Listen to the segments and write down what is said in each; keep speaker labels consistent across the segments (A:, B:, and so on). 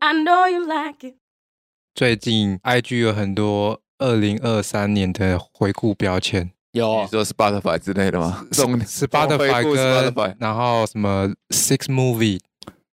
A: I know you like it。
B: 最近 IG 有很多二零二三年的回顾标签，
C: 有
D: 你说 Spotify 之类的吗？送
B: 是
D: 回顾
B: Spotify 跟
D: Spotify
B: 然后什么 Six Movie，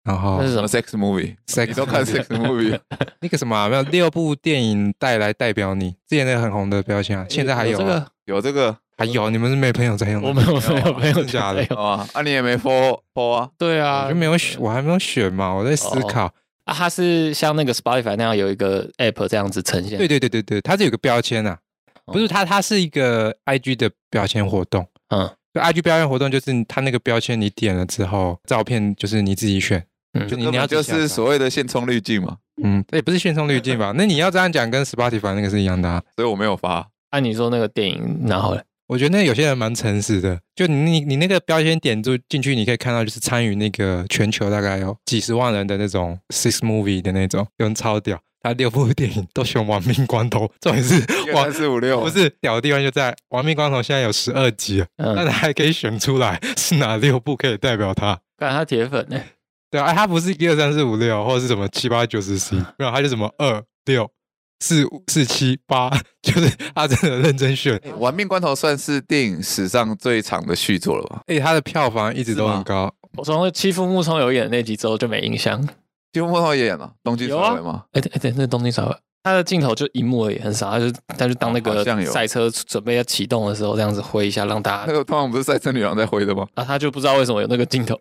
B: 然后
C: 那是什
D: 什
C: 么
D: 么？Sex Movie？
B: 嗯 Sex
D: 你都看
B: movie
D: Sex Movie？
B: 那个什么、啊，没有六部电影带来代表你，之前那个很红的标签啊，现在还有
C: 这
B: 啊、
C: 个？
D: 有这个
B: 还有，你们是没朋友在用的，
C: 我没有没有没有
B: 真假的
C: 没有
D: 哦啊，你 也没 follow follow 啊？
C: 对
B: 我
C: 啊
B: 就，没有选，我还没有选嘛，我在思考。
C: 啊，它是像那个 Spotify 那样有一个 app 这样子呈现。
B: 对对对对对，它是有个标签啊，不是它，它是一个 IG 的标签活动。
C: 嗯
B: 就 IG 标签活动就是它那个标签你点了之后，照片就是你自己选，
C: 嗯
B: 就你
D: 根
B: 你要
D: 本就
B: 自己下载
D: 是所谓的现充滤镜嘛，
B: 嗯，这也不是炫送滤镜吧？那你要这样讲，跟 Spotify 那个是一样的啊。
D: 所以我没有发。
C: 按啊你说那个电影，然后嘞
B: 我觉得那有些人蛮诚实的，就你你你那个标签点就进去，你可以看到就是参与那个全球大概有几十万人的那种 Six Movie 的那种，有人超屌，他六部电影都选亡命关头，重点是亡
D: 三四五六
B: 不是屌的地方就在亡命关头现在有十二集了，
C: 嗯，
B: 但他还可以选出来是哪六部可以代表他。
C: 看他铁粉呢，
B: 对啊，它不是一二三四五六，或者是什么七八九十十一，没有，它就什么二六四五四七八， 就是他真的认真选。
D: 《玩命关头》算是电影史上最长的续作了吧？
B: 哎，它的票房一直都
D: 是吗
B: 很高，
C: 我从欺负木聪有演的那集之后就没印象。
D: 几乎木头也演了《东京
C: 有
D: 传
C: 啊
D: 闻》吗？
C: 哎、对哎、对，那东京少他的镜头就一幕而已，很少，他就他就当
B: 哦
C: 那
D: 好
C: 个
D: 像有
C: 赛车准备要启动的时候，这样子挥一下，让大
D: 那
C: 家，
D: 个通常不是赛车女郎在挥的吗？
C: 啊，他就不知道为什么有那个镜 头，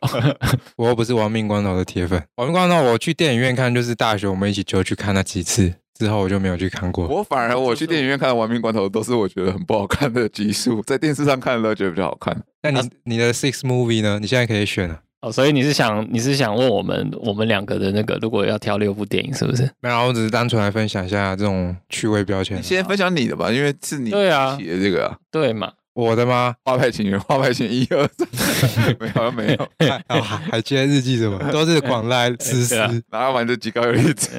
B: 我又不是亡命关头的铁粉。亡命关头，我去电影院看，就是大学我们一起就去看那几次，之后我就没有去看过。
D: 我反而我去电影院看《玩命关头》都是我觉得很不好看的集数，在电视上看的都觉得比较好看。
B: 那你、你的 Six Movie 呢？你现在可以选啊了。
C: 哦，所以你是想你是想问我们我们两个的那个，如果要挑六部电影，是不是？
B: 没有，我只是单纯来分享一下这种趣味标签啊
D: 你。先分享你的吧，因为是你
C: 对啊
D: 写的这个啊
C: 对嘛？
B: 我的吗？
D: 《花牌情缘》《花牌情缘》一二 三，没有没有，
B: 还哦还海街日记什么都是广 濑丝丝
C: 对。啊
D: 拿完就极高有例子。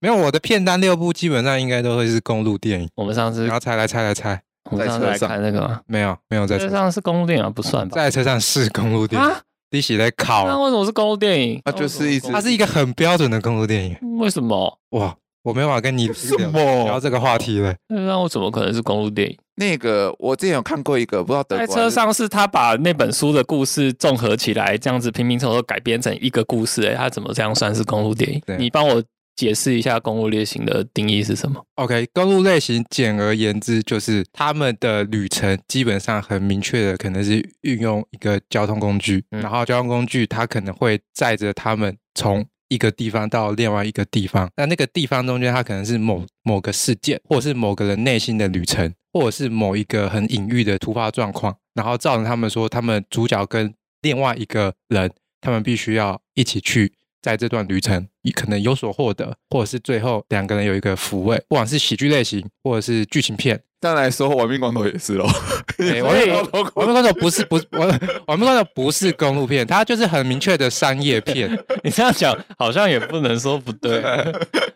B: 没有，我的片单六部基本上应该都会是公路电影。
C: 我们上次
B: 然后猜来猜来猜，
C: 我们上次
D: 在
C: 来
D: 车上
C: 看那个嘛，
B: 没有没有在
C: 这
B: 车
C: 上是公路电影啊不算吧？
B: 在车上是公路电影，
C: 啊，
B: 你起来
C: 那
B: 考，
C: 为什么是公路电影？哦
D: 它就是一直
B: 它是一个很标准的公路电影。
C: 为什么？
B: 哇，我没办法跟你聊聊这个话题了。
C: 那我怎么可能是公路电影？
D: 那个我之前有看过一个，不知道德
C: 在
D: 国
C: 车
D: 还是
C: 上是他把那本书的故事综合起来，这样子拼拼凑凑改编成一个故事、欸。他怎么这样算是公路电影
B: 对？
C: 你帮我解释一下公路类型的定义是什么？
B: OK，公路类型简而言之就是他们的旅程基本上很明确的，可能是运用一个交通工具，
C: 嗯
B: 然后交通工具它可能会载着他们从一个地方到另外一个地方。那那个地方中间，它可能是某某个事件，或者是某个人内心的旅程，或者是某一个很隐喻的突发状况，然后造成他们说，他们主角跟另外一个人，他们必须要一起去在这段旅程可能有所获得，或者是最后两个人有一个抚慰，不管是喜剧类型或者是剧情 片。
D: 这样来说，《玩命关头》也是咯。
B: 对，我
C: 所以
B: 我们那个不是不是我我们那个不是公路片，它就是很明确的商业片。
C: 你这样讲好像也不能说 不对，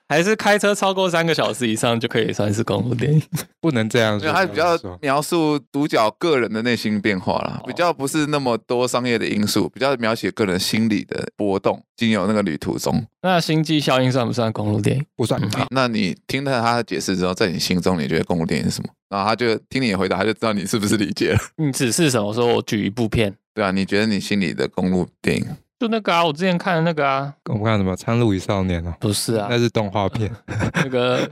C: 还是开车超过三个小时以上就可以算是公路电影。
B: 不能这样
D: 没
B: 说，
D: 有，它比较
B: 不能这样说
D: 描述主角个人的内心变化啦，
B: 哦
D: 比较不是那么多商业的因素，比较描写个人心理的波动，经由那个旅途中。
C: 那《星际效应》算不算公路电影？
B: 不算。
D: 那你听到他的解释之后，在你心中你觉得公路电影是什么？然后他就听你的回答，他就知道你是不是理解了，
C: 你只是什么说？我举一部片，
D: 对啊，你觉得你心里的公路电影
C: 就那个啊，我之前看的那个啊，
B: 我们看什么《苍鹭与少年》哦，
C: 不是啊
B: 那，是动画 片。
C: 那个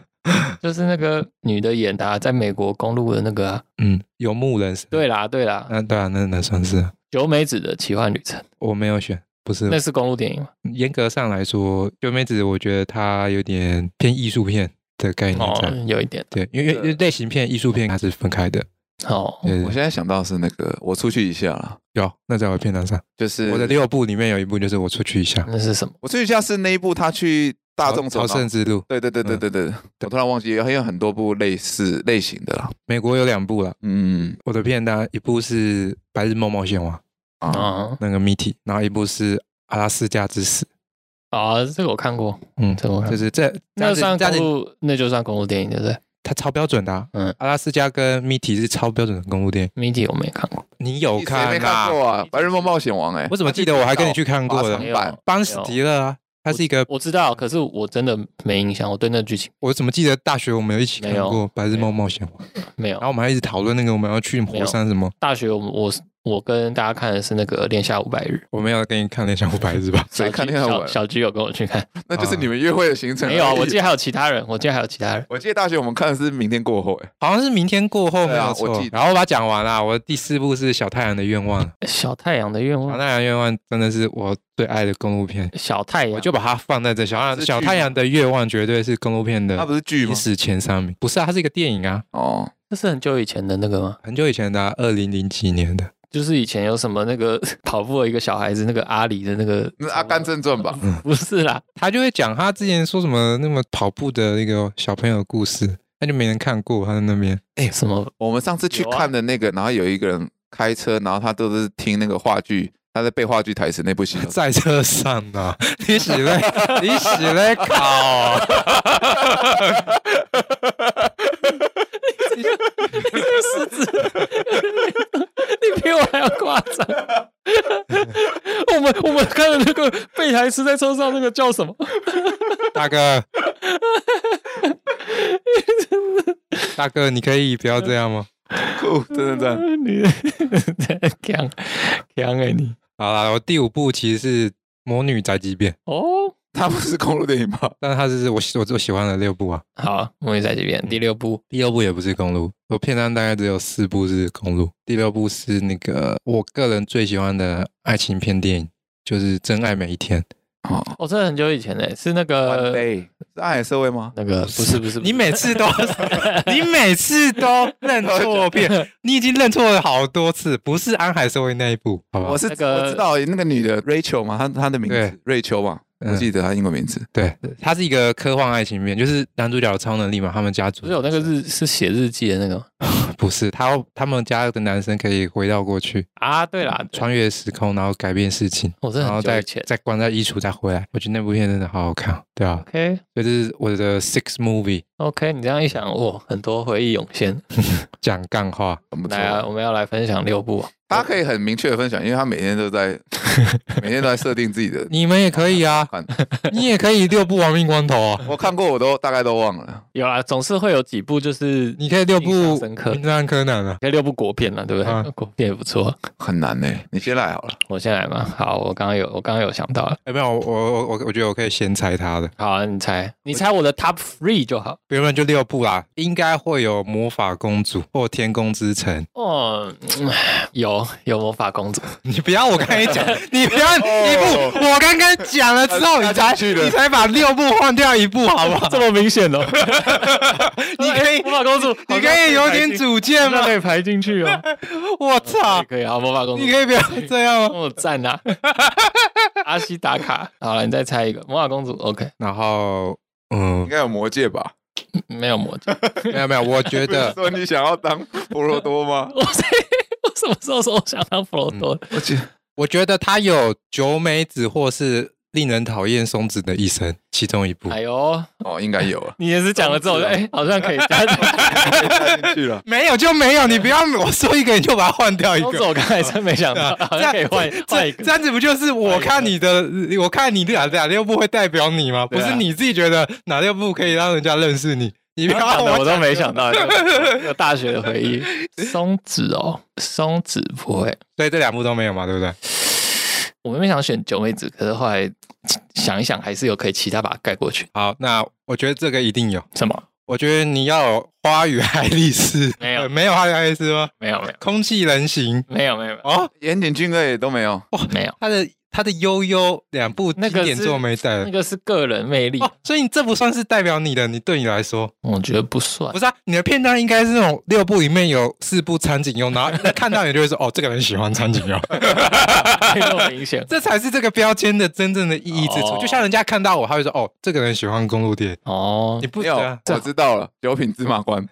C: 就是那个女的演的、啊，在美国公路的那个啊。
B: 嗯，游牧人生。，
C: 对啦，对啦，
B: 那对啊，那那算是
C: 九美子的奇幻旅程，
B: 我没有选，不是
C: 那。是公路电影吗？
B: 严格上来说，九妹子我觉得它有点偏艺术片的概念
C: 哦
B: 在。，
C: 有一点
B: 嗯对，因为因为类型片、艺术片它是分开的。
C: 哦，
B: 对
D: 我
B: 对，
D: 现在想到是那个，我出去一下啦，
B: 有那在我片单上，
D: 就是
B: 我的六部里面有一部就是我出去一下，
C: 那是什么？
D: 我出去一下是那一部他去大众走
B: 朝
D: 廊
B: 圣之路，
D: 对对对对对对，我突然忘记，还有很多部类似类型的啦。
B: 美国有两部了。
D: 嗯
B: 我的片单一部是《白日梦冒险王》
D: 啊，
C: 啊
B: 那个 Mitty，然后一部是《阿拉斯加之死》。
C: 啊，这个我看过，
B: 嗯，
C: 这个我看
B: 就
C: 过。
B: 是这这
C: 那
B: 样子
C: 算
B: 这样
C: 公
B: 子
C: 路，那就算公路电影，对不对
B: 它超标准的、啊。
C: 嗯
B: 嗯，阿拉斯加跟 Mitty 是超标准的公路电影，
C: ？Midi 我没看过，
B: 你有
D: 谁
B: 看
D: 没看过
B: 啊？
D: 啊？《白日梦冒险王》哎，
B: 我怎么记得我还跟你去看过
D: 八
B: 的
D: 重
C: 没？有
D: 版
B: 邦史迪勒啊，它是一 个
C: 我知道，可是我真的没印象，我对那剧情
B: 我怎么记得大学我们有一起看
C: 没有
B: 过《白日梦冒险王》，
C: 没有
B: 然后。我们还一直讨论那个我们要去火山什么。
C: 大学我们我我跟大家看的是那个《恋夏五百日
B: 我们要跟你看《恋上五百日》吧》？
D: 谁看
C: 小
D: 恋爱
C: 小
D: 晚？
C: 小菊有跟我去 看，
D: 那
B: 啊
D: 就是你们约会的行程而已。
C: 没有啊？我记得还有其他人，我记得还有其他人。
D: 我记得大学我们看的是明天过后，哎，
B: 好像是明天过后没
D: 对啊
B: 有错
D: 我记。得
B: 然后我把它讲完啦。我的第四部是《小太阳的愿望》，《
C: 小太阳的愿
B: 小
C: 望，
B: 太阳的愿望》真的是我最爱的公路片，
C: 小太阳
B: 我就把它放在这。小太阳
D: 啊是剧
B: 小太阳的愿望绝对是公路片
D: 它
B: 的
D: 不是剧吗
B: 历？史前三名。不是啊，它是一个电影啊，
D: 哦，
C: 这是很久以前的那个吗？
B: 很久以前的啊，二零零几年的。
C: 就是以前有什么那个 跑步的一个小孩子，那个阿里的那个
D: 那《阿甘正传》吧？
C: 不是啦，
B: 他就会讲他之前说什么那么跑步的那个小朋友的故事，那就没人看过。他在那边
C: 哎什么
D: 我们上次去
C: 有啊
D: 看的那个，然后有一个人开车，然后他都是听那个话剧，他在背话剧台词那部戏。
B: 在车上呢、啊， 你洗嘞，你洗嘞考、
C: 你这个狮子， 你比我还要夸张。 我们我们看的那个备胎师在车上那个叫什么？
B: 大 哥，大哥，你可以不要这样吗？
D: 酷， 真的真的。
C: 你强强哎你
B: 好啦，我第五部其实是《魔女宅急便》，
C: 哦。
D: 他不是公路电影吧？
B: 但是它是我喜我我喜欢的六部啊。
C: 好，我们在这边第六部
B: 第六部也不是公路，我片单大概只有四部是公路，第六部是那个我个人最喜欢的爱情片电影，就是《真爱每一天》。
D: 哦
C: 哦，这很久以前嘞，是那
D: ，One
C: 个
D: Day 是爱的社会吗？
C: 那个不是不是，
B: 你每次 都，你每次都认错片，你已经认错了好多次，不是安海社会那一部，好吧？
D: 我是
C: 那个
D: 我知道那个女的 Rachel 嘛，她她的名字
B: 对
D: 瑞秋嘛，
B: 嗯
D: 我记得她英文名字。
B: 对，它是一个科幻爱情片，就是男主角有超能力嘛，他们家族
C: 不是有那个日是写日记的那个吗
B: 不是他他们家的男生可以回到过去，
C: 啊？对啦，
B: 穿越时空，然后改变事情，
C: 我是
B: 然
C: 很
D: 哦
B: 后
C: 久
B: 再
C: 以前。
B: 再关在衣橱再回来。我觉得那部片真的好好看，对啊，
C: OK
B: 所以这是我的 six movie
C: 你这样一想，哇，很多回忆涌现。
B: 讲干话。
D: 很不错
C: 来，啊，我们要来分享六部啊。
D: 他可以很明确的分享，因为他每天都 在每天都在设定自己的。
B: 你们也可以 啊，
D: 看，
B: 你也可以六部亡命关头啊，
D: 我看过，我都大概都忘了。
C: 有啊，总是会有几部就是
B: 你可以六
C: 印象
B: 部
C: 深刻
B: 名侦探柯南啊。
C: 可以六部国片了，对不对？
B: 嗯
C: 国片也不错。
D: 很难呢、你先来好了。
C: 我先来嘛。好，我刚刚有，我刚刚有想到了。
B: 哎，没有，我我我我觉得我可以先猜他的，
C: 好、啊，你猜，你猜我的 top three 就好。
B: 原本就六部啦，应该会有魔法公主或天空之城。
C: 哦，嗯有有魔法公主，
B: 你不要我刚才 讲，你不要一
D: 哦
B: 部，我刚刚讲了之后，你才
D: 加进去了
B: 你才把六部换掉一部，好不 好？
C: 这么明显 哦。哎
B: 你可以
C: 魔法公主，
B: 你可以有点主见
C: 那
B: 吗
C: 可？以排进去哦。
B: 我操，
C: 可以 啊，好魔法公主
B: 你，可以不要这样吗？
C: 我赞 啊。阿西打卡，好了，你再猜一个魔法公主。OK，
B: 然后，
D: 应
B: 嗯，
D: 该有魔戒吧？
C: 没有魔戒。？
B: 没有没有，我觉
D: 不 是
B: 得
D: 说你想要当波罗多吗
C: 我谁？我 什么时候说我想当佛罗多？
D: 我记得
B: 我觉得他有九美子或是令人讨厌松子的一生其中一部。
C: 哎呦，，
D: 哦，应该有了
C: 你也是讲了之后，我就哎、好像可以 加进去。
D: 加进去了。
B: 没有就没有，你不要我说一个你就把它换掉一
C: 公
B: 个
C: 子，。我刚才真没想 到，好像可以换换一
B: 这
C: 个。
B: 样子不就是我看你的，我看你哪哪六部会代表你吗？不
D: 对啊
B: 是你自己觉得哪六部可以让人家认识你，你不
C: 刚
B: 要
C: 讲的我都没
B: 讲。
C: 想到，就有大学的回 忆。松子哦，松子不会，
B: 所以这两部都没有嘛，对不对？
C: 我原本想选九妹子，可是后来想一想，还是有可以其他把它盖过去。
B: 好，那我觉得这个一定有。
C: 什么？
B: 我觉得你要有花与爱丽丝，
C: 没有
B: 呃没有花与爱丽丝吗？
C: 没有没有
B: 空气人形
C: 没有没有
B: 哦，
D: 岩井俊二也都没有，
C: 没有，
B: 他的他的悠悠两部
C: 那
B: 经
C: 个
B: 典
C: 是
B: 作没带
C: 那个是个人魅力，
B: 哦，所以你这不算是代表你的，你对你来说
C: 我觉得不算
B: 不。是啊？你的片段应该是那种六部里面有四部苍井优，然后一看到你就会说哦，这个人喜欢苍井优，
C: 没有 明显
B: 这才是这个标签的真正的意义之处。
C: 哦
B: 就像人家看到我，他会说哦，这个人喜欢公路店，
C: 哦
B: 你。不
D: 没有，
B: 对啊
D: 我知道了，九品芝麻 官，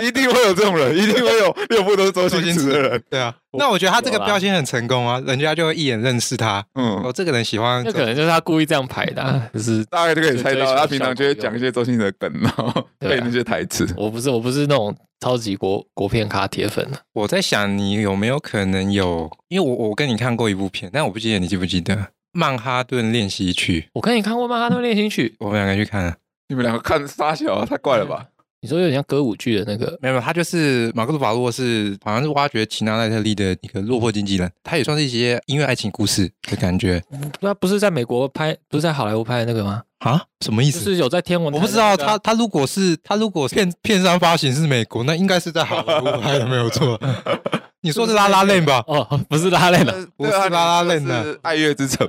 D: 一定会有这种人，一定会有六部都是周星驰的 人。
B: 对啊，那我觉得他这个
C: 有啦
B: 标签很成功啊，人家就会一眼认识他。
D: 嗯，
B: 哦，这个人喜欢
C: 那可能就是他故意这样排的啊、
B: 嗯
C: 就是
D: 大概就可以猜
C: 就追求
D: 到，他平常就会
C: 效果
D: 讲一些周星驰的梗，然后
C: 对啊
D: 配那些台词。
C: 我不是我不是那种超级国国片咖铁粉啊
B: 我在想你有没有可能有，因为我我跟你看过一部片，但我不记得你记不记得，曼哈顿练习曲，
C: 我跟你看过《曼哈顿练习 曲》，
B: 我们两个去看了。啊
D: 你们两个看沙小，太怪了吧？
C: 你说有点像歌舞剧的那个，
B: 没有，没有他就是马克鲁法洛是好像是挖掘齐纳奈特利的一个落魄经纪人，他也算是一些音乐爱情故事的感觉
C: 那不是在美国拍，不是在好莱坞拍的那个吗？
B: 啊？什么意
C: 就
B: 思？
C: 是有在天文台
B: 我
C: 的那
B: 不知
C: 个啊、
B: 道他他如果是他如果片片商发行是美国，那应该是在好莱坞拍的没有错。你说是拉拉链 吧？
C: 哦，不是拉链的，
B: 不是拉拉链的
D: 是爱乐之城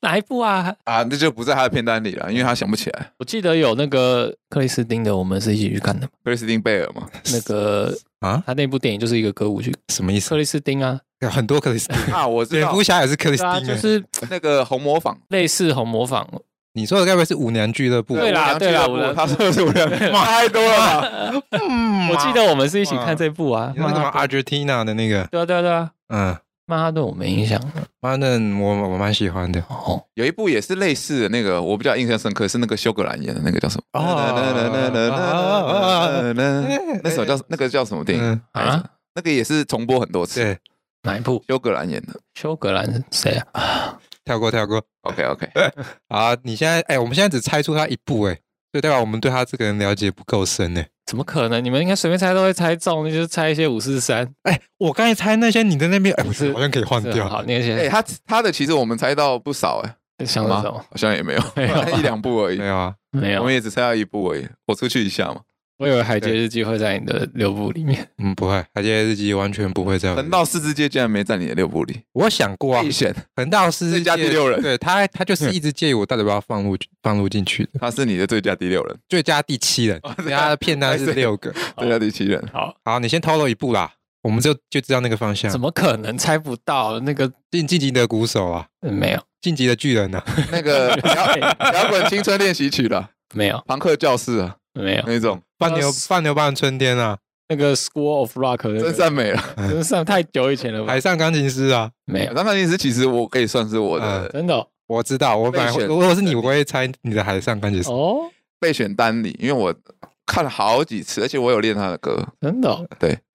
C: 哪一部啊？
D: 啊，那就不在他的片单里了，因为他想不起来。
C: 我记得有那个克里斯汀的，我们是一起去看 的嘛。
D: 克里斯汀贝尔嘛，
C: 那个
B: 啊？
C: 他那部电影就是一个歌舞剧，
B: 什么意思
C: 克？里斯汀啊，
B: 很多克里斯汀，
D: 啊，我知
B: 蝙
D: 道
B: 蝠侠也是克里斯
C: 对啊，
B: 汀。
C: 就
B: 欸
C: 是
D: 那个红模仿。
C: 类似红模仿，
B: 你说的该不会是舞娘俱乐部？
C: 对啦
D: 我娘俱乐部
C: 对啦我
D: 他说的是我娘俱乐部，太多了吧？
B: 嗯
C: 我记得我们是一起看这部啊，
B: 你说那个
C: 曼
B: 嘛
C: 哈顿
B: Argentina 的那个，
C: 对啊对啊对啊，
B: 嗯，
C: 曼哈顿我没印象
B: 反正我我蛮喜欢的。
C: 哦，
D: 有一部也是类似的那个，我比较印象深刻是那个修格兰演的那个叫什么？
B: 哦哦
D: 那首叫那个叫什么电影
B: 嗯
C: 啊？
D: 那个也是重播很多次，
B: 对，
C: 哪一部？
D: 修格兰演的。
C: 休格兰是谁啊？
B: 跳过跳过
D: OK OK，
B: 啊！你现在哎，我们现在只猜出他一步哎，所以代表我们对他这个人了解不够深哎。
C: 怎么可能？你们应该随便猜都会猜中，那就是猜一些五四三，
B: 哎，我刚才猜那些，你在那边哎，啊
C: 不是
B: 好像可以换
C: 是啊
B: 掉。
C: 好，那
D: 哎，
C: 些
D: 他他的其实我们猜到不少哎，
C: 想
D: 吗
C: 到什么？
D: 好像也没有
C: 没有，
D: 一两部而已
B: 没。有啊，
C: 没
D: 我
C: 有
D: 们，也只猜到一部而已，我出去一下嘛。
C: 我以为《海街日记》会在你的六部里面。
B: 嗯，不会，海街日记完全不会这样。
D: 横道四之界竟然没在你的六部里，
B: 我想过啊
D: 危，险！
B: 横道是
D: 最佳第六人
B: 对他他就是一直介意我到底要不要放入放入进去的，
D: 他是你的最佳第六人，
B: 最佳第七人，人家的片单是六个。
D: 最佳第 七人。
C: 好，
B: 好，你先透露一步啦，我们就就知道那个方向
C: 怎。么可能猜不到？那个
B: 晋晋级的鼓手啊，
C: 嗯没有，
B: 晋级的巨人啊，
D: 那个摇摇滚青春练习曲啦，
C: 没有，
D: 朋克教室啊
C: 没有。
D: 那种，
B: 半牛
C: 呃是
B: 半牛半春天啊，
C: 那个 School of Rock 那
D: 真啊
C: 个，
D: 善美了。
C: 真上太久以前了吧？
B: 海上钢琴师啊，
C: 没有，
D: 张翰律师其实我可以算是我的
C: 真的哦
B: 我知道，我本来
D: 备选
B: 如果是你，我会猜你的海上钢琴师。
C: 哦，
D: 备选单里，因为我看了好几次，而且我有练他的歌。
C: 真的哦。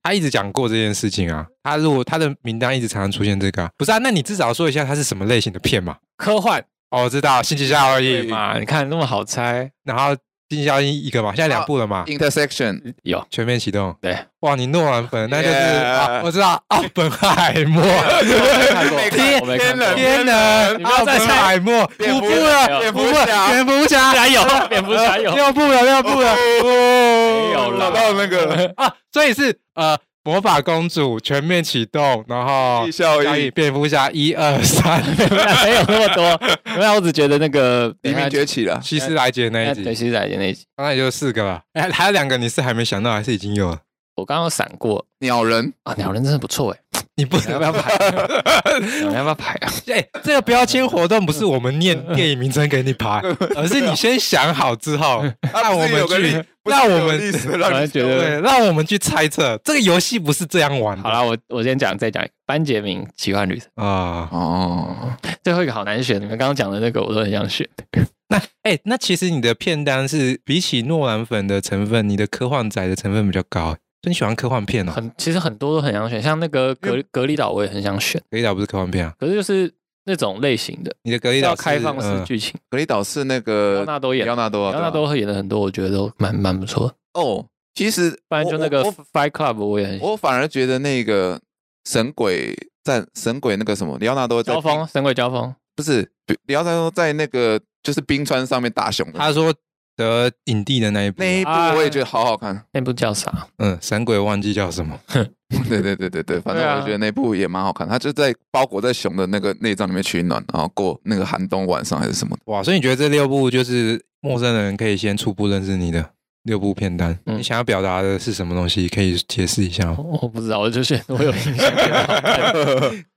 B: 他一直讲过这件事情啊，他如果他的名单一直常常出现这个啊，不是啊？那你至少说一下它是什么类型的片嘛？
C: 科幻
B: 哦，我知道，星期效而
C: 对
B: 已嘛，
C: 嘛？你看那么好猜，
B: 然后星期效应一个嘛，现在两部了嘛。
D: Intersection，
C: 有
B: 全面启动，
C: 哦对，
B: 哇，你诺兰粉，那就是
D: Yeah
B: 啊我知道奥本海默，
C: 看过，我没看过，
B: 天能，
C: 你不要
B: 奥
C: 再
B: 本海默，
D: 蝙
B: 五
D: 蝠
B: 部了，
D: 蝙蝠
B: 五部了
D: 侠
B: 蝙蝠侠，
C: 还有蝙蝠侠 有，哦
B: 六部了，六部了，
C: 没有
B: 哦，
C: 啦
D: 找到那个 了
B: 啊，所以是呃，魔法公主全面启动，然后
D: 地效
B: 交易
D: 应，
B: 蝙蝠侠一二三，
C: 没有那么多。没有，我只觉得那个
D: 黎明崛起了。
B: 西斯莱杰那
C: 哎
B: 一
C: 对，
B: 集，
C: 西斯莱杰那一集，
B: 那也就四个了，哎，还有两个你是还没想到，还是已经有了？
C: 我刚刚有闪过
D: 鸟人，
C: 啊，鸟人真的不错哎，
B: 你不
C: 你要
B: 能
C: 不要排？鸟人要不要排啊？
B: 哎，这个标签活动不是我们
D: 嗯
B: 念电影名称给你 排，而是你先想好之后， 让我
D: 啊嗯不是
B: 们
D: 有个例
B: 去，
D: 不是
B: 让我
D: 有
B: 们
D: 历史
C: 我
D: 让
C: 还
D: 你
C: 觉得
B: 对，让我们去猜测，这个游戏不是这样玩
C: 好
B: 的
C: 啦，我我先讲，再讲一个班杰明奇幻旅程，
B: 啊。
D: 哦，
C: 最后一个好难选。你们刚刚讲的那个我都很想选，
B: 那哎，那其实你的片单是比起诺兰粉的成分，你的科幻仔的成分比较高。所以你喜欢科幻片哦？
C: 很其实很多都很想选，像那个
D: 因
C: 格格里岛我也很想选，
B: 格力岛不是科幻片啊？
C: 可是就是那种类型的，
B: 你的格力
C: 比
B: 岛
C: 较
B: 是
C: 开放式
B: 嗯
C: 剧情，
D: 格里岛是那
C: 莱
D: 个
C: 昂纳多演
D: 里
C: 的
D: 奥，纳多啊，
C: 莱昂纳
D: 对啊
C: 多演了很多，我觉得都蛮蛮不错的。
D: 哦。其实
C: 不然就那个
D: 我我
C: Fight Club 我也很喜欢
D: 我反而觉得那个神鬼战神鬼那个什么，里奥纳多在
C: 交锋，神鬼交锋，
D: 不是里奥纳多在那个就是冰川上面打熊的
B: 他说得影帝的那一部啊，
D: 那一部，
C: 啊
D: 我也觉得好 好看。
C: 那部叫啥？
B: 嗯，闪鬼忘记叫什么？
D: 对对对对对，反正
C: 对啊
D: 我觉得那部也蛮好看。他就在包裹在熊的那个内脏里面取暖，然后过那个寒冬晚上还是什么的。
B: 哇，所以你觉得这六部就是陌生人可以先初步认识你的六部片单？
C: 嗯
B: 你想要表达的是什么东西？可以解释一下吗？
C: 我我不知道，我就 选我有印象。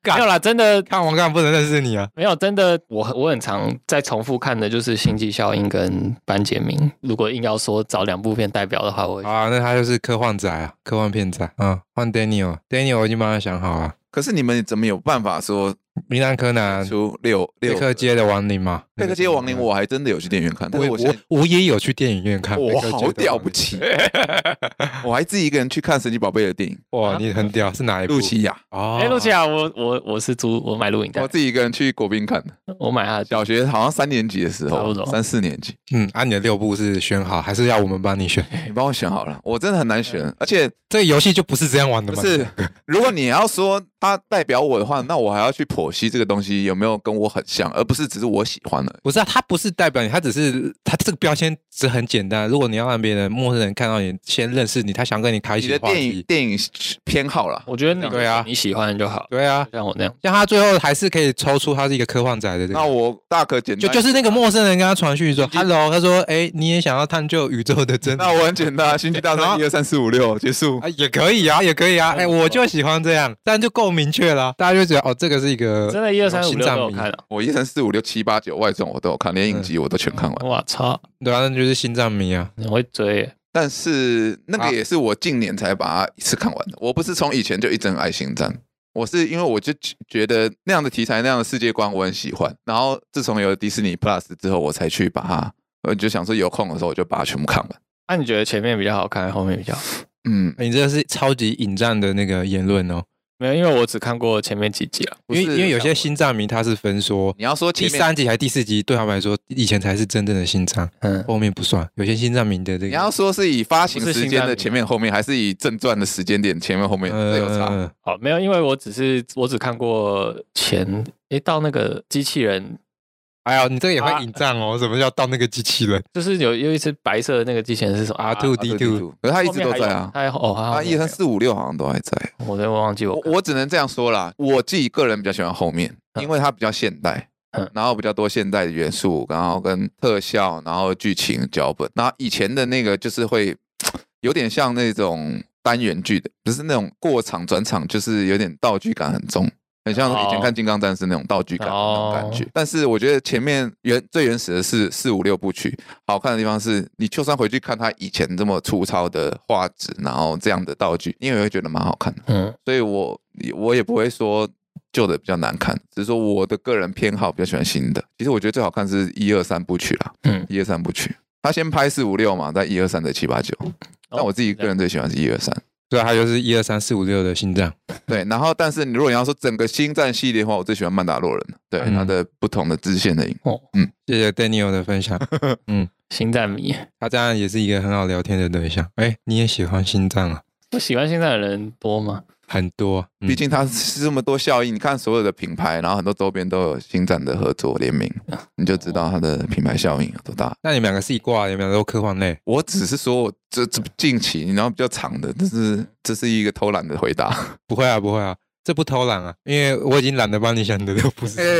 C: 没有啦，真的
B: 看王刚不能认识你啊！
C: 没有，真的，我我很常在重复看的就是《星际效应》跟《班杰明》。如果硬要说找两部片代表的话，我
B: 好啊，那他就是科幻仔啊，科幻片仔啊、嗯换 Daniel，Daniel 我已经帮他想好了。
D: 可是你们怎么有办法说
B: 名侦探柯南、
D: 出六
B: 嗯贝
D: 六
B: 克街的亡灵嘛，
D: 贝克街亡灵，
B: 我
D: 我还真的有去电影院看，但是我
B: 我
D: 现在
B: 我也有去电影院看，
D: 我
B: 贝克街的
D: 好屌
B: 亡灵
D: 不起，我还自己一个人去看神奇宝贝的电影
B: 哇，
C: 啊
B: 你很屌，是哪一
D: 《
B: 部？
D: 露西亚
B: 哦，
C: 哎，露西亚，我我我是租我买录影》，带
D: 我，自己一个人去国宾看的，
C: 我买他的
D: 小学好像三年级的时
C: 差不
D: 候，
C: 多
D: 三四年 级，
B: 嗯，按、你的六部是选好，还是要我们帮你选？
D: 你帮我选好了，我真的很难选，
B: 哎
D: 而且
B: 这个游戏就不是这样玩的
D: 不
B: 嘛？
D: 是， 如果你要说它代表我的话，那我还要去剖析这个东西有没有跟我很像，而不是只是我喜欢的。
B: 不是啊，它不是代表你，它只是它这个标签只很简单。如果你要让别人陌生人看到你，先认识你，他想跟你开
D: 你
B: 启
D: 的
B: 话
D: 电影
B: 题。
D: 电影偏好啦，
C: 我觉得你
B: 对啊
C: 你喜欢就好，
B: 对啊，
C: 就像我那样。
B: 像他最后还是可以抽出他是一个科幻仔的这个。
D: 那我大可简
B: 就
D: 单，
B: 就是那个陌生人跟他传讯说 “hello”，他说：“哎、你也想要探究宇宙的真理？”
D: 那我很简单，星际大
B: 然
D: 战
B: 后
D: 一二三四五六结束。
B: 啊，也可以啊，也可以啊。哎、我就喜欢这样，但就够明确了，大家就觉得哦，这个是一
D: 呃
B: 个
C: 真的，一二三五
B: 心
C: 六
B: 脏
C: 都有
B: 迷
C: 看了，
D: 我一三四五六七八九外传我都有看，连影
B: 嗯
D: 集我都全看完。
C: 我操，
B: 对啊，那就是心脏迷啊。
C: 你会追？
D: 但是那
B: 啊
D: 个也是我近年才把它一次看完的。我不是从以前就一直很爱星战，我是因为我就觉觉得那样的题材、那样的世界观我很喜欢。然后自从有了迪士尼 Plus 之后，我才去把它，我就想说有空的时候我就把它全部看完。
C: 那你觉得前面比较好看，还是后面比较好看？
D: 嗯，
B: 哎你这是超级引战的那个言论哦，
C: 没有，因为我只看过前面几集了。
D: 不
B: 因
D: 是
B: 为因为有些心脏迷他是分说。
D: 你要说
B: 第
D: 前面，
B: 三集还是第四集，对他们来说，以前才是真正的心脏，
C: 嗯，
B: 后面不算。有些心脏迷的这个，
D: 你要说是以发行
C: 不是
D: 时
C: 星
D: 间
C: 战
D: 的前面后面，还是以正传的时间点前面后面，这有差。
B: 呃，
C: 好，没有，因为我只是我只看过前诶，到那个机器人，
B: 哎呀，你这个也
C: 啊
B: 会引战哦？什么叫到那个机器人
C: 就是有有一只白色的那个机器人是什么啊
B: R two D two？
D: 可是啊
C: 他
D: 他一直都在啊，
C: 他哦，他
D: 他一三
C: 三，
D: 四五六好像都还在。
C: 我都忘记我
D: 我
C: 看
D: 我只能这样说啦，我自己个人比较喜欢后面，
C: 嗯
D: 因为它比较现代
C: 嗯，
D: 然后比较多现代的元素，然后跟特效，然后剧情脚本。那以前的那个就是会有点像那种单元剧的，不是那种过场转场，就是有点道具感很重。很像以前看
C: 哦
D: 《金刚战士》那种道具感的那种感觉
C: 哦，
D: 但是我觉得前面原最原始的是四五六部曲，好看的地方是你就算回去看它以前这么粗糙的画质，然后这样的道具，你也会觉得蛮好看的。
C: 嗯，
D: 所以我我也不会说旧的比较难看，只是说我的个人偏好比较喜欢新的。其实我觉得最好看是一二三部曲啦，
C: 嗯
D: 一二三部曲，他先拍四五六嘛，再一二三再七八九。
B: 哦
D: 但我自己个人最喜欢是一二三。
B: 对，它就是一二三四五六的心脏。
D: 对，然后但是你如果你要说整个星战系列的话，我最喜欢曼达洛人，对
B: 嗯
D: 他的不同的支线的影。
B: 谢谢 Daniel 的分 享，
C: 星战迷，
B: 他当然也是一个很好聊天的对象。哎，你也喜欢心脏啊？
C: 我喜欢星战的人多吗？
B: 很多，嗯
D: 毕竟它是这么多效应，你看所有的品牌，然后很多周边都有星战的合作联名，
B: 嗯
D: 你就知道它的品牌效应有多大。
B: 那你们两个是一挂，啊你们两个都科幻类。
D: 我只是说，这这近期然后比较长的，这是这是一个偷懒的回答。
B: 不会啊，不会啊，这不偷懒啊，因为我已经懒得帮你想的都不 是。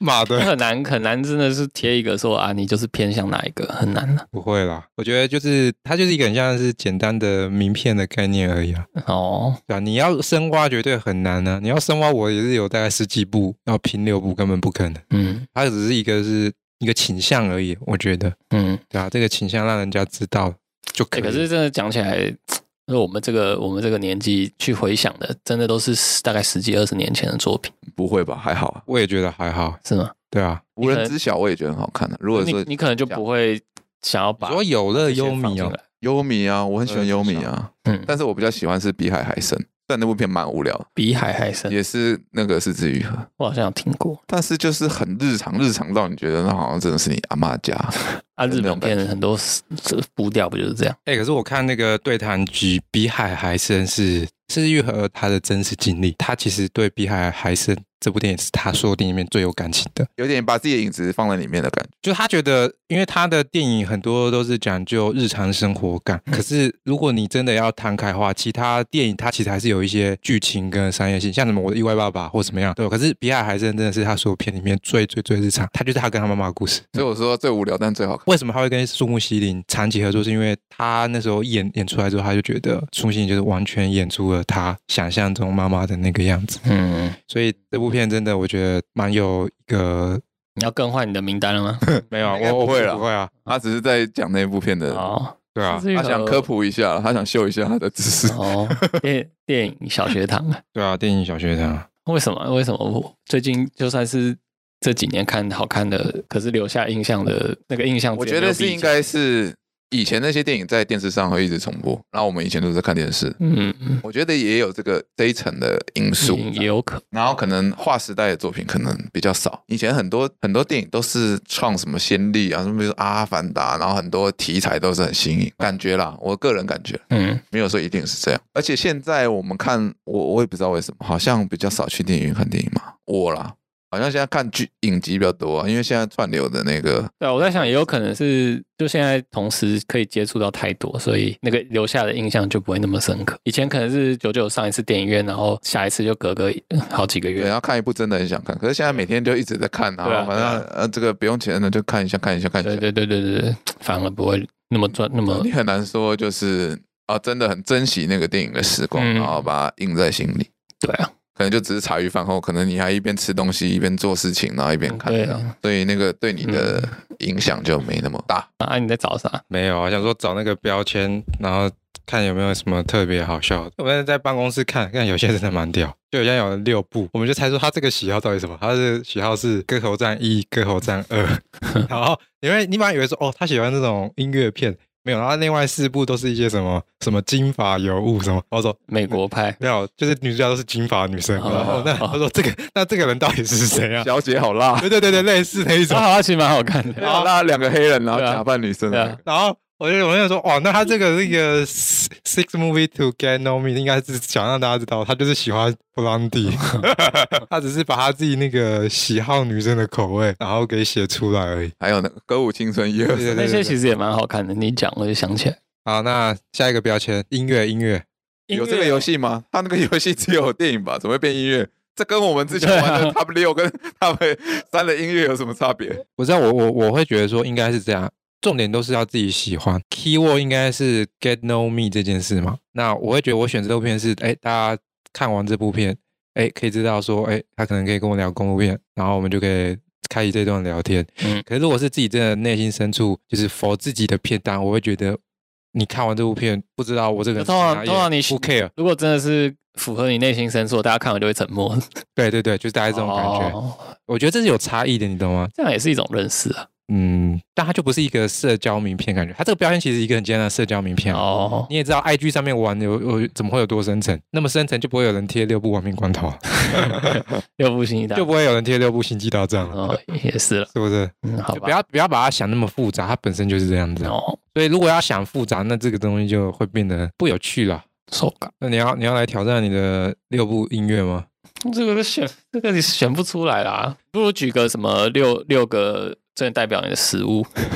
B: 妈的，
C: 很难很难，真的是贴一个说啊，你就是偏向哪一个，很难啊的、
B: 不会啦。我觉得就是它就是一个很像是简单的名片的概念而已啊，
C: 哦，
B: 对吧、你要深挖绝对很难啊，你要深挖我也是有大概十几步，然后平流步根本不可能，
C: 嗯
B: 它只是一个是一个倾向而已，我觉得，
C: 嗯。
B: 对啊，这个倾向让人家知道就可
C: 欸
B: 以。
C: 可是真的讲起来，就我们这个我们这个年纪去回想的，真的都是十大概十几二十年前的作品，
D: 不会吧？还好啊，
B: 我也觉得还好，
C: 是吗？
B: 对啊。
D: 无人知晓我也觉得很好呃看的、啊如果
C: 你
D: 说
C: 你可能就不会想要
B: 你
C: 把
B: 说有乐
C: 这些
B: 优
C: 放
B: 米
C: 进
B: 哦，
C: 来，
D: 优米啊，我很喜欢优米啊，
C: 嗯，但
D: 但是我比较喜欢是《比海还深》，但那部片蛮无聊的，
C: 比海还深，
D: 也是那个是之愈合，
C: 我好像有听过
D: 但是就是很日常，日常到你觉得那好像真的是你阿妈家。
C: 啊。
D: 有
C: 日本
D: 那种感
C: 片很多是这步调不就是这样？
B: 哎、可是我看那个对谈局，比海还深是是玉和他的真实经历，他其实对比海还深这部电影是他所有电影里面最有感情的。
D: 有点把自己的影子放在里面的感觉。
B: 就他觉得，因为他的电影很多都是讲究日常生活感，可是如果你真的要摊开的话，其他电影它其实还是有一些剧情跟商业性，像什么《我的意外爸爸》或怎么样，对吧。可是比海还深真的是他所有片里面最最最日常，他就是他跟他妈妈的故事。
D: 所以我说最无聊但最好看。
B: 为什么他会跟树木希林长期合作？是因为他那时候演演出来之后，他就觉得树木希林就是完全演出了他想象中妈妈的那个样子，
C: 嗯，
B: 所以这部片真的我觉得蛮有一个
C: 你要更换你的名单了 吗？
B: 没有啊，
D: 应该
B: 我我
D: 不会啦
B: 不会啊，
D: 他只是在讲那部片的，
C: 哦，
B: 对啊，
C: 是
D: 他想科 普一下，他想秀一下他的知识。
C: 哦哦，电电影小学堂，
B: 啊对啊，电影小学堂，
C: 为什么？为什么我最近就算是这几年看好看的，可是留下印象的那个印象，
D: 我觉得是应，该是以前那些电影在电视上会一直重播，然后我们以前都是看电视，
C: 嗯，嗯
D: 我觉得也有这个这一层的因素。
C: 也也有可
D: 然后可能划时代的作品可能比较少，以前很多很多电影都是创什么先例啊，什么比如说《阿凡达》，然后很多题材都是很新颖，感觉啦，我个人感觉
C: 嗯，
D: 没有说一定是这样。而且现在我们看，我我也不知道为什么，好像比较少去电影院看电影嘛，我啦，好像现在看剧影集比较多、啊，因为现在串流的那个
C: 对啊，我在想，也有可能是就现在同时可以接触到太多，所以那个留下的印象就不会那么深刻。以前可能是久久上一次电影院，然后下一次就隔个呃好几个
D: 对，
C: 月。
B: 啊
D: 要看一部真的很想看，可是现在每天就一直在看啊，
C: 对啊
D: 反正、
C: 对
D: 呃这个不用钱的就看一下看一下看一下，
C: 对对对对对对，反而不会那么赚那么
D: 你很难说就是啊真的很珍惜那个电影的时光，
C: 嗯
D: 然后把它印在心里，
C: 对啊，
D: 可能就只是茶余饭后，可能你还一边吃东西一边做事情，然后一边看
C: 嗯
D: 这
C: 对嗯
D: 样，所以那个对你的影响就没那么大。
C: 啊你在找啥？
B: 没有啊，想说找那个标签，然后看有没有什么特别好笑的。我们在办公室看，看有些真的蛮屌，就有些有六部，我们就猜出他这个喜好到底是什么。他的喜好是歌喉战一、歌喉战二，然后你会你马上以为说哦，他喜欢这种音乐片。没有，然后另外四部都是一些什么什么金发尤物什么，我说
C: 美 国派
B: 没有，就是女主角都是金发女生。
C: 哦
B: 然后那
C: 哦
B: 他说这个那这个人到底是谁啊？
D: 小姐好 辣，
B: 对对对对，类似那一种
C: 啊，。好像其实蛮好看的，
B: 啊
D: 好 辣，两个黑人然后
C: 啊对啊
D: 假扮女生
C: 对
D: 的那
C: 啊
D: 个，
B: 然后我就我就说，哦，那他这个那个 six six movie to get know me 应该是想让大家知道，他就是喜欢 Blondie，他只是把他自己那个喜好女生的口味，然后给写出来而已。
D: 还有那个歌舞青春一二
B: 对对
D: 三，
B: 对
C: 那些
B: 对
C: 其实也蛮好看的。你一讲我就想起来，
B: 好，那下一个标签，音乐音乐，
C: 啊
D: 有这个游戏吗？他那个游戏只有电影吧？怎么会变音乐？这跟我们之前 玩
C: 对
D: 的
C: 啊
D: Top 六跟 Top 三的音乐有什么差别？
B: 我知道我我我会觉得说应该是这样。重点都是要自己喜欢，keyword 应该是 get know me 这件事嘛。那我会觉得我选这部片是，哎，大家看完这部片，哎，可以知道说，哎，他可能可以跟我聊公路片，然后我们就可以开启这段聊天。
C: 嗯
B: 可是如果是自己真的内心深处就是否自己的片单，我会觉得你看完这部片，不知道我这个人是
C: 通常
B: 怎样
C: 通常
B: 也
C: 你
B: 不 care，
C: 如果真的是符合你内心深处，大家看完就会沉默，
B: 对对对，就是大概这种感觉。
C: 哦
B: 我觉得这是有差异的，你懂吗？
C: 这样也是一种认识啊。
B: 嗯，但它就不是一个社交名片感觉，它这个标签其实一个很简单的社交名片哦。
C: 哦，
B: 你也知道，IG 上面玩有有怎么会有多深层？那么深层就不会有人贴六部亡命关头，啊
C: 又不新一 代
B: 就不会有人贴六部星际大战了，
C: 啊哦，也是了，
B: 是不是？
C: 嗯，好
B: 就不
C: 吧。
B: 要不要把它想那么复杂，它本身就是这样子。啊
C: 哦，
B: 所以如果要想复杂，那这个东西就会变得不有趣了。
C: 手感，
B: 那你要你要来挑战你的六部音乐吗？
C: 这个选这个你选不出来啦。不如举个什么六六个最代表你的食物，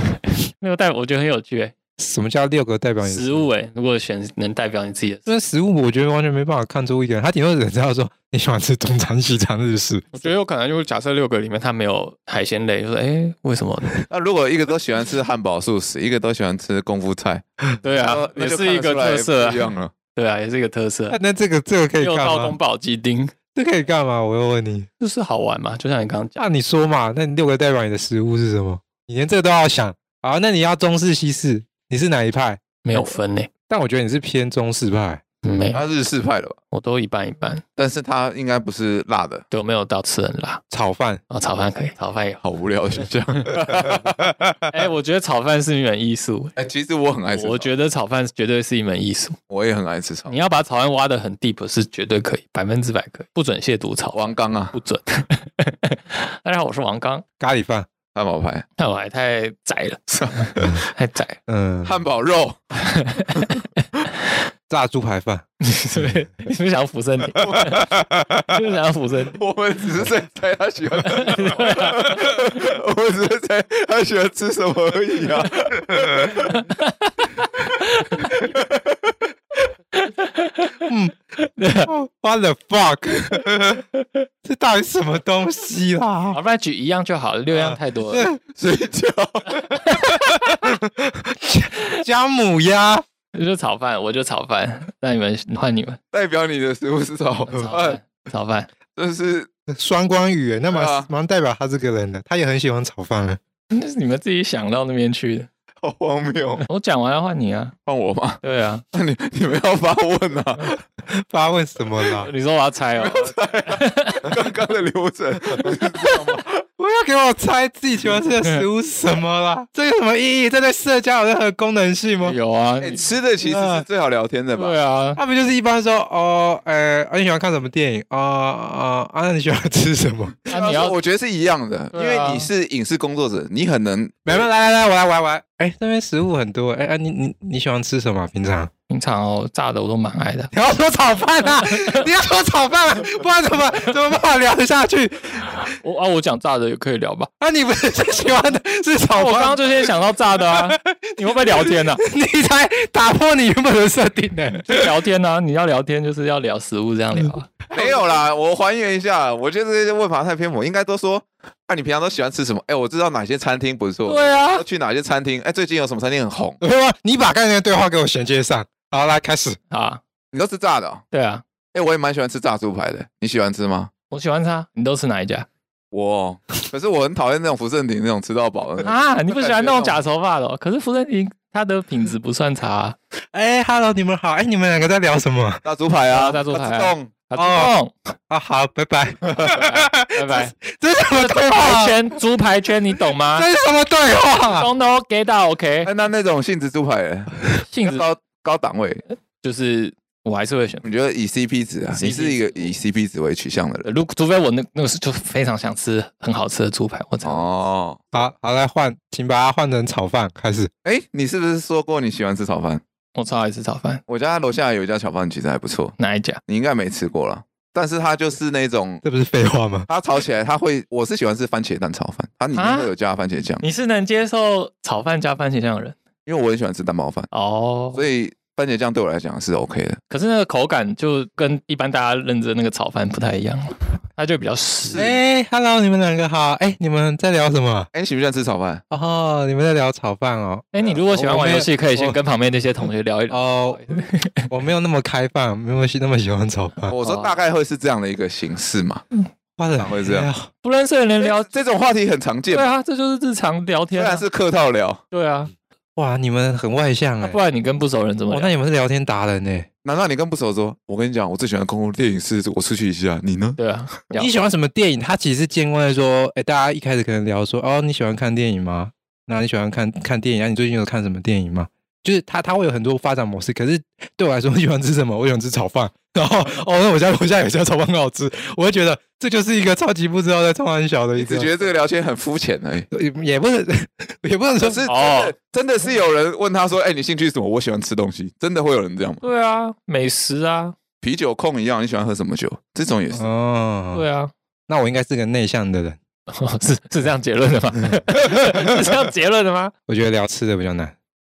C: 没有代表，我觉得很有趣诶、
B: 什么叫六个代表你的
C: 食物？诶、如果选能代表你自己的，
B: 这食物我觉得完全没办法看出一个人，他顶多只知道说你喜欢吃中餐、西餐、日 式。
C: 我觉得有可能就是假设六个里面它没有海鲜类，就是诶，为什么？
D: 那如果一个都喜欢吃汉堡素食，一个都喜欢吃功夫菜，
C: 对啊，
D: 那
C: 也
D: 就是
C: 一个
D: 看得出来
C: 特色、
D: 不一样
C: 啊，
D: 了。
C: 对啊，也是一个特色啊、
B: 那那这个这个可以
C: 六
B: 干
C: 道
B: 嘛
C: 宫？保鸡丁
B: 这可以干嘛？我又问你，
C: 就是好玩嘛，就像你刚刚讲，
B: 那、你说嘛？那你六个代表你的食物是什么？你连这个都要想好，那你要中式、西式，你是哪一派？
C: 没有分诶、
B: 但我觉得你是偏中式派。
C: 没，
D: 他日式派的吧，
C: 我都一半一半，
D: 但是他应该不是辣的，
C: 对，我没有到吃很辣。
B: 炒饭，
C: 哦，炒饭可以，炒饭也好。
D: 好无聊的选项。
C: 哎、我觉得炒饭是一门艺术、
D: 哎，其实我很爱吃，哦
C: 我觉得炒饭绝对是一门艺术。
D: 我也很爱吃炒
C: 你。要把炒饭挖得很 deep 是绝对可以，百分之百可以，不准亵渎炒饭，
D: 王刚啊
C: 不，准。 大家好，我是王刚，
B: 咖喱饭，
D: 汉堡排、
C: 但我还太宅了，太宅了。
B: 嗯，
D: 汉堡肉，
B: 炸猪排饭，
C: 是不是你是不是想要俯身你？ 是不是想要俯身你？
D: 我们只是在猜他喜欢吃 什么，我们只是猜他喜欢吃什么而已啊。
B: What the fuck？这到底什么东西啦？
C: 好，不然举一样就好了，六样太 多 了。
D: 睡觉，
B: 姜母鸭，
C: 你就炒饭，我就炒饭，那你们换你们
D: 代表你的食物是炒
C: 炒
D: 饭，
C: 饭，炒饭。
D: 这是
B: 双关语耶，那蛮
D: 对啊
B: 蛮代表他这个人的，他也很喜欢炒饭啊。
C: 那是你们自己想到那边去的。
D: 好荒谬！
C: 我讲完要换你啊，
D: 换我吗？
C: 对啊，
D: 那你你们要发问啊？
B: 发问什么啦？
C: 你说我要猜哦，
D: 刚刚的流程，
B: 不要给我猜自己喜欢吃的食物是什么 啦？这有什么意义？这对社交有任何功能性吗？
C: 有啊，
D: 哎，吃的其实是最好聊天的吧？
C: 对啊，
B: 他不就是一般说哦，呃、啊，你喜欢看什么电影？哦哦，啊，那你喜欢吃什么？
C: 那你要
D: 啊我觉得是一样的，因
C: 对啊
D: 为你是影视工作者，你很能
B: 没没，来来来，我来玩玩。哎，那边食物很多。哎哎，啊你你你喜欢吃什么啊？平常？
C: 平常哦炸的我都蛮爱的，
B: 你要说炒饭 啊！你要说炒饭、啊，不然怎么怎么办法聊得下去？
C: 我啊我讲炸的也可以聊吧，
B: 啊，你不是最喜欢的是炒
C: 哦我刚
B: 饭
C: 刚？就先想到炸的啊， 你会不会聊天 呢、啊？
B: 你才打破你原本的设定呢、
C: 就聊天呢、啊，你要聊天就是要聊食物这样聊啊，
D: 没有啦，我还原一下，我觉得这些问法太偏颇，应该都说啊，你平常都喜欢吃什么？哎，我知道哪些餐厅不 错，
C: 对啊，
D: 去哪些餐厅？哎，最近有什么餐厅很红？
B: 没有啊，你把刚才的对话给我衔接上。好，来开始。
C: 啊，
D: 你都吃炸的哦？
C: 对啊，
D: 哎，我也蛮喜欢吃炸猪排的，你喜欢吃吗？
C: 我喜欢它，你都吃哪一家
D: 我哦，可是我很讨厌那种福盛鼎那种吃到饱的。
C: 啊？你不喜欢那种假头发的哦、可是福正廷它的品质不算差、啊，
B: 哎，Hello，你们好。哎，你们两个在聊什么？
D: 炸猪排啊，
C: 啊炸猪排啊
D: 自动
C: 它自动，
B: 啊，好，拜拜。
C: 拜拜。
B: 这是什 么对
C: 猪
B: 话
C: 排？圈，猪排圈，你懂 吗？
B: 这是什么对话？
C: 东都 get 到 OK，
D: 哎，那那种杏子猪排嘞，
C: 性质哎
D: 高高档位，
C: 就是我还是会选。
D: 你觉得以 CP 值啊？你是一个以 CP 值为取向的人
C: 如除非我那那个是就非常想吃很好吃的猪排，我才
D: 哦。
B: 好好来换，请把它换成炒饭。开始。
D: 哎，你是不是说过你喜欢吃炒饭？
C: 我超爱吃炒饭，
D: 我家楼下有一家炒饭，其实还不错，
C: 哪一家？
D: 你应该没吃过了。但是它就是那种，
B: 这不是废话吗？
D: 它炒起来，它会，我是喜欢吃番茄蛋炒饭，它里面
C: 啊
D: 会有加番茄酱，
C: 你是能接受炒饭加番茄酱的人
D: 因为我很喜欢吃蛋包饭，
C: 哦，
D: 所以番茄酱对我来讲是 OK 的。
C: 可是那个口感就跟一般大家认知的那个炒饭不太一样了，它就比较湿。
B: 哎，Hello，你们两个好。哎，你们在聊什么？
D: 哎，你喜不喜欢吃炒饭？
B: 哦，你们在聊炒饭哦。
C: 哎，你如果喜欢
B: 我
C: 玩
B: 没
C: 游戏，可以先
B: 我
C: 跟旁边那些同学聊一聊。
B: 哦，我没有那么开放，没有那么喜欢炒
C: 哦
B: 饭。
D: 我说大概会是这样的一个形式嘛。
B: 哇哎塞，
D: 会这样
C: 不认识的人聊，
D: 这种话题很常见
C: 对，啊，这就是日常聊
D: 虽
C: 天啊
D: 然。是客套聊，
C: 对啊，
B: 哇，你们很外向
C: 那
B: 哎、
C: 不然你跟不熟人怎么
B: 哦，
C: 聊？
B: 那你们是聊天达人哎、
D: 难道你跟不熟说？我跟你讲，我最喜欢的公共电影是我出去一下，你呢？
C: 对啊，聊
B: 你喜欢什么电影？他其实是建关说，哎、大家一开始可能聊说，哦，你喜欢看电影吗？那你喜欢看看电影？啊，你最近有看什么电影吗？就是他他会有很多发展模式，可是对我来说，我喜欢吃什么？我喜欢吃炒饭。然后哦，那我家楼下有一家炒饭很好吃，我会觉得这就是一个超级不知道在冲很小的一
D: 你
B: 个
D: 只，觉得这个聊天很肤浅而已。
B: 也不能 也不能说
D: 可是
C: 哦，
D: 真的是有人问他说：“哎，你兴趣是什么？我喜欢吃东西。”真的会有人这样吗？
C: 对啊，美食啊，
D: 啤酒控一样，你喜欢喝什么酒？这种也是。
B: 哦，
C: 对啊，
B: 那我应该是个内向的人，
C: 是是这样结论的吗？ 是这样结论的吗？
B: 我觉得聊吃的比较难。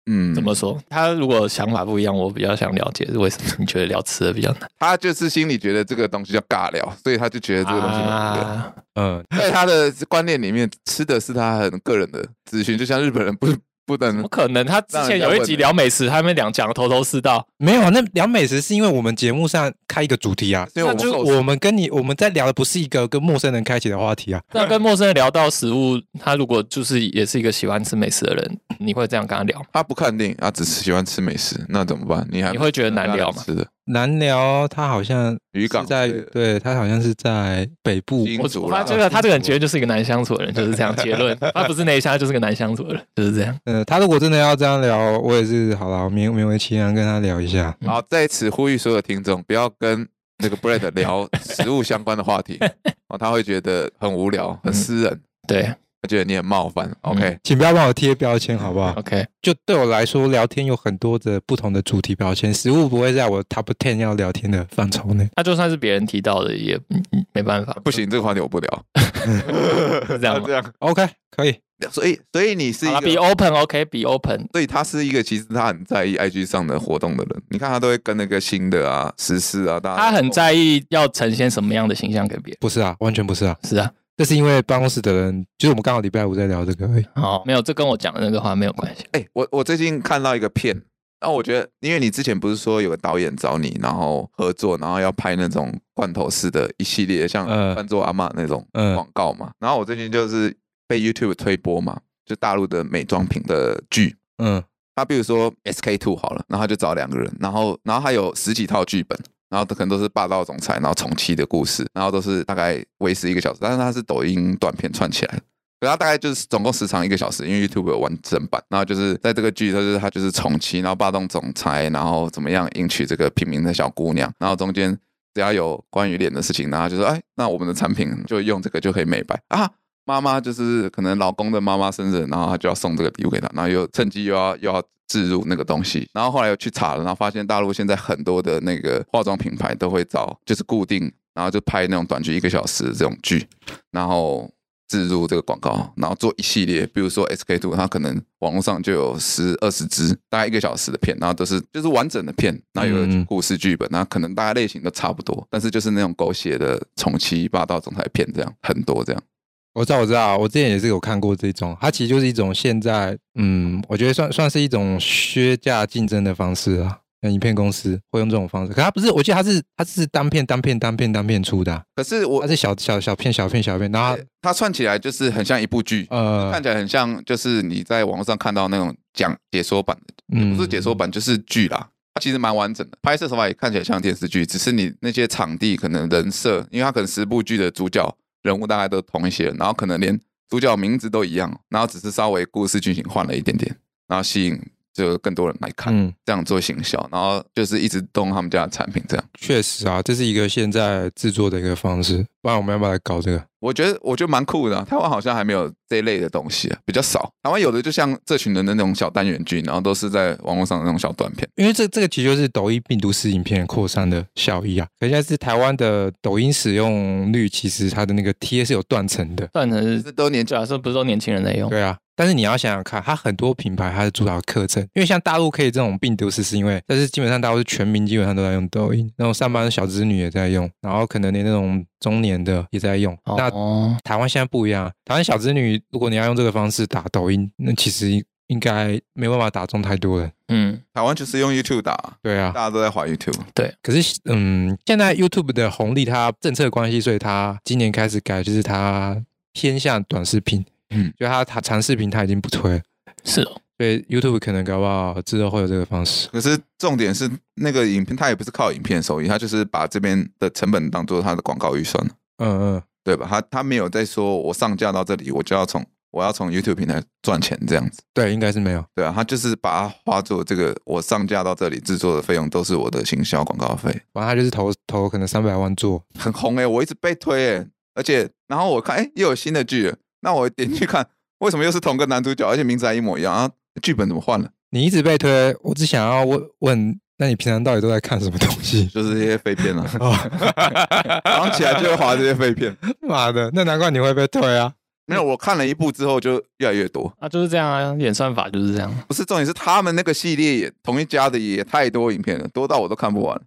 D: 嗯，
C: 怎么说？他如果想法不一样，我比较想了解为什么你觉得聊吃的比较难
D: 他就是心里觉得这个东西叫尬聊，所以他就觉得这个东西很无聊。
C: 啊？
B: 嗯，
D: 在他的观念里面，吃的是他很个人的资讯，就像日本人不不
C: 怎
D: 能
C: 么可能？他之前有一集聊美食，他们俩讲得头头是道，
B: 没有，啊那聊美食是因为我们节目上开一个主题啊，
D: 因为我们
B: 那就是
D: 受伤
B: 我们跟你我们在聊的不是一个跟陌生人开启的话题啊。
C: 那跟陌生人聊到食物，他如果就是也是一个喜欢吃美食的人，你会这样跟他聊吗？
D: 他不看电影，他只喜欢吃美食，那怎么办？你还
C: 你会觉得难聊吗？
D: 吃的
B: 难聊，他好像
D: 渔港
B: 是在
D: 之类的
B: 对他好像是在北部，
D: 新
C: 我
D: 竹
C: 我
D: 啦
C: 发觉得他这个人绝对就是一个难相处的人，就是这样结论。他不是内向，他就是个难相处的人，就是这样。
B: 嗯、他如果真的要这样聊，我也是好了，我勉勉为其难跟他聊一
C: 嗯
B: 下。
D: 好，在此呼吁所有听众，不要跟那个 Brad 聊食物相关的 话题，哦，他会觉得很无聊、
C: 嗯
D: 很私人，
C: 对
D: 他觉得你很冒
C: 嗯
D: 犯。OK，
B: 请不要帮我贴标签，好不好？
C: ，OK，
B: 就对我来说，聊天有很多的不同的主题标签，食物不会在我 top ten 要聊天的范畴内。
C: 他就算是别人提到的，也嗯嗯没办法，
D: 不行，这个话题我不聊。
C: 是这样吗
D: 这？样，
B: OK，可以。
D: 所以所以你是一
C: 啊，
D: 个
C: 比 open OK，比 open
D: 所以他是一个其实他很在意 IG 上的活动的人，你看他都会跟那个新的啊、时事啊，大家
C: 他很在意要呈现什么样的形象给别人。
B: 不是啊，完全不是啊，
C: 是啊，
B: 这是因为办公室的人，就是我们刚好礼拜五在聊这个而已。
C: 哦，没有，这跟我讲的那个话没有关系。
D: 哎、我我最近看到一个片，然后我觉得，因为你之前不是说有个导演找你，然后合作，然后要拍那种罐头式的一系列像
B: 嗯
D: 饭桌阿嬷那种
B: 嗯
D: 广告嘛，然后我最近就是被 YouTube 推播嘛，就大陆的美妆品的剧，
B: 嗯，
D: 他比如说 SK Two 好了，然后他就找两个人，然后然后他有十几套剧本，然后可能都是霸道总裁，然后重启的故事，然后都是大概维持一个小时，但是他是抖音短片串起来的。可他大概就是总共时长一个小时，因为 YouTube 有完整版。然后就是在这个剧，他就是他就是重启，然后霸道总裁，然后怎么样迎娶这个平民的小姑娘，然后中间只要有关于脸的事情，然后就说，哎，那我们的产品就用这个就可以美白啊。妈妈就是可能老公的妈妈生日，然后他就要送这个礼物给她，然后又趁机又要又要置入那个东西，然后后来又去查了，然后发现大陆现在很多的那个化妆品牌都会找就是固定，然后就拍那种短剧一个小时这种剧，然后置入这个广告，然后做一系列，比如说 SK two，它可能网络上就有十二十支，大概一个小时的片，然后都是就是完整的片，然后
B: 嗯
D: 有
B: 嗯
D: 故事剧本，然后可能大家类型都差不多，但是就是那种狗血的重启霸道总裁片这样很多这样。
B: 我知道，我知道，我之前也是有看过这种，它其实就是一种现在，嗯，我觉得算算是一种削价竞争的方式啊。那影片公司会用这种方式，可它不是，我记得它是它是单片单片单片单片出的啊、
D: 可是我
B: 它是小小小片小片小片，然后
D: 它串起来就是很像一部剧，
B: 它呃
D: 看，起来很像就是你在网络上看到那种讲解说版的，
B: 嗯
D: 不是解说版就是剧啦。它其实蛮完整的，拍摄手法也看起来像电视剧，只是你那些场地可能人设，因为它可能十部剧的主角人物大概都同一些人，然后可能连主角名字都一样，然后只是稍微故事剧情换了一点点，然后吸引就更多人来看，
B: 嗯，
D: 这样做行销，然后就是一直动他们家的产品这样。
B: 确实啊，这是一个现在制作的一个方式，不然我们要不要来搞这个？
D: 我觉得我觉得蛮酷的啊、台湾好像还没有这一类的东西、啊，比较少。台湾有的就像这群人的那种小单元剧，然后都是在网络上的那种小短片。
B: 因为这这个其实就是抖音病毒式影片扩散的效益啊。可现在是台湾的抖音使用率，其实它的那个贴是有断层的，
C: 断层
D: 可
C: 是
D: 是都年轻，
C: 假设不是都年轻人在用，
B: 对啊。但是你要想想看，它很多品牌它是主打课程，因为像大陆可以这种病毒式，是因为但是基本上大陆是全民基本上都在用抖音，那种上班的小子女也在用，然后可能连那种中年的也在用。那
C: 哦，
B: 台湾现在不一样，啊台湾小子女如果你要用这个方式打抖音，那其实应该没办法打中太多人。
C: 嗯，
D: 台湾就是用 YouTube 打啊，
B: 对啊
D: 大，家都在滑 YouTube。
B: 可是，嗯，现在 YouTube 的红利它政策关系，所以它今年开始改，就是它偏向短视频，
D: 嗯，
B: 就它它长视频它已经不推了，
C: 是哦，
B: 所以 YouTube 可能搞不好之后会有这个方式。
D: 可是重点是那个影片，它也不是靠影片收益，它就是把这边的成本当做它的广告预算，
B: 嗯嗯，
D: 对吧？它它没有在说我上架到这里，我就要从我要从 YouTube 平台赚钱这样子，
B: 对，应该是没有。
D: 对啊，它就是把它花作这个我上架到这里制作的费用都是我的行销广告费。
B: 反正它就是投投可能三百万做，
D: 很红哎、我一直被推哎、而且然后我看哎、又有新的剧了，那我点进去 看，为什么又是同个男主角，而且名字还一模一样啊？剧本怎么换了？？
B: 你一直被推，我只想要问问，那你平常到底都在看什么东西，
D: 就是这些废片啊
B: 哦，
D: 早上起来就会划这些废 片。
B: 妈的，那难怪你会被推啊！
D: 没有，我看了一部之后就越来越多。
C: 啊，就是这样啊，演算法就是这样。
D: 不是重点是他们那个系列也同一家的也太多影片了，多到我都看不完。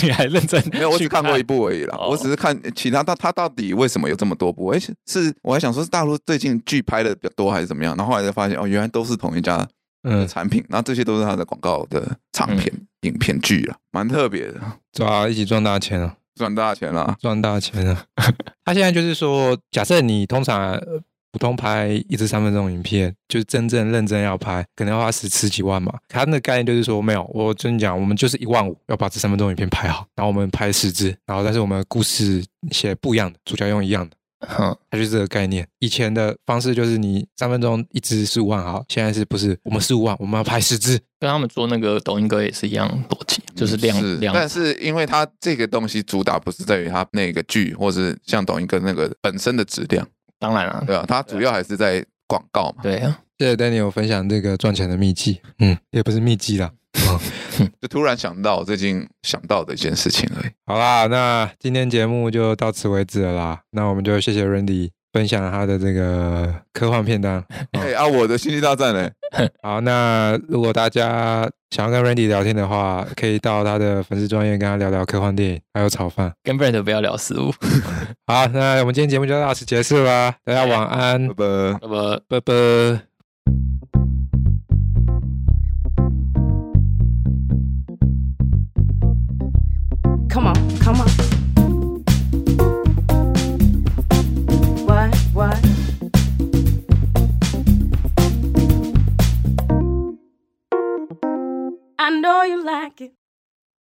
C: 你还认真？
D: 没有，我只看过一，部而已啦。
C: 哦
D: 我只是看其他他他到底为什么有这么多部？而且是我还想说是大陆最近剧拍的比较多还是怎么样，然后后来才发现哦，原来都是同一家的
B: 嗯，
D: 产品，那这些都是他的广告的唱片、
C: 嗯
D: 影片剧啊，蛮特别的，
B: 走啊，一起赚大钱啊！
D: 赚大钱啊啦。
B: 赚大钱了。 他现在就是说，假设你通常呃普通拍一至三分钟影片，就是真正认真要拍，可能要花十十几万嘛。他那个概念就是说，没有，我跟你讲，我们就是一万五，要把这三分钟影片拍好，然后我们拍十支，然后但是我们故事写不一样的，主角用一样的。
C: 嗯，
B: 它就是这个概念。以前的方式就是你三分钟一支十五万好，现在是不是我们十五万，我们要拍十支？
C: 跟他们做那个抖音歌也是一样逻辑，就是
D: 嗯是
C: 量量。
D: 但是因为它这个东西主打不是在于它那个剧，或是像抖音跟那个本身的质量，
C: 当然啊，
D: 对啊，它主要还是在广告嘛，
C: 对啊，
B: 谢谢 Daniel 分享这个赚钱的秘籍，嗯，也不是秘籍啦，
D: 就突然想到最近想到的一件事情而已。
B: 好啦，那今天节目就到此为止了啦。那我们就谢谢 Randy 分享他的这个科幻片单。
C: 哦
D: 哎啊，我的星际大战 呢？
B: 好，那如果大家想要跟 Randy 聊天的话，可以到他的粉丝专业跟他聊聊科幻电影，还有炒饭。
C: 跟 Brent 不要聊食物，
B: 好，那我们今天节目就到此结束啦，大家晚安
D: 拜，拜。
C: 那么。
B: 拜拜。
A: Come on, come on.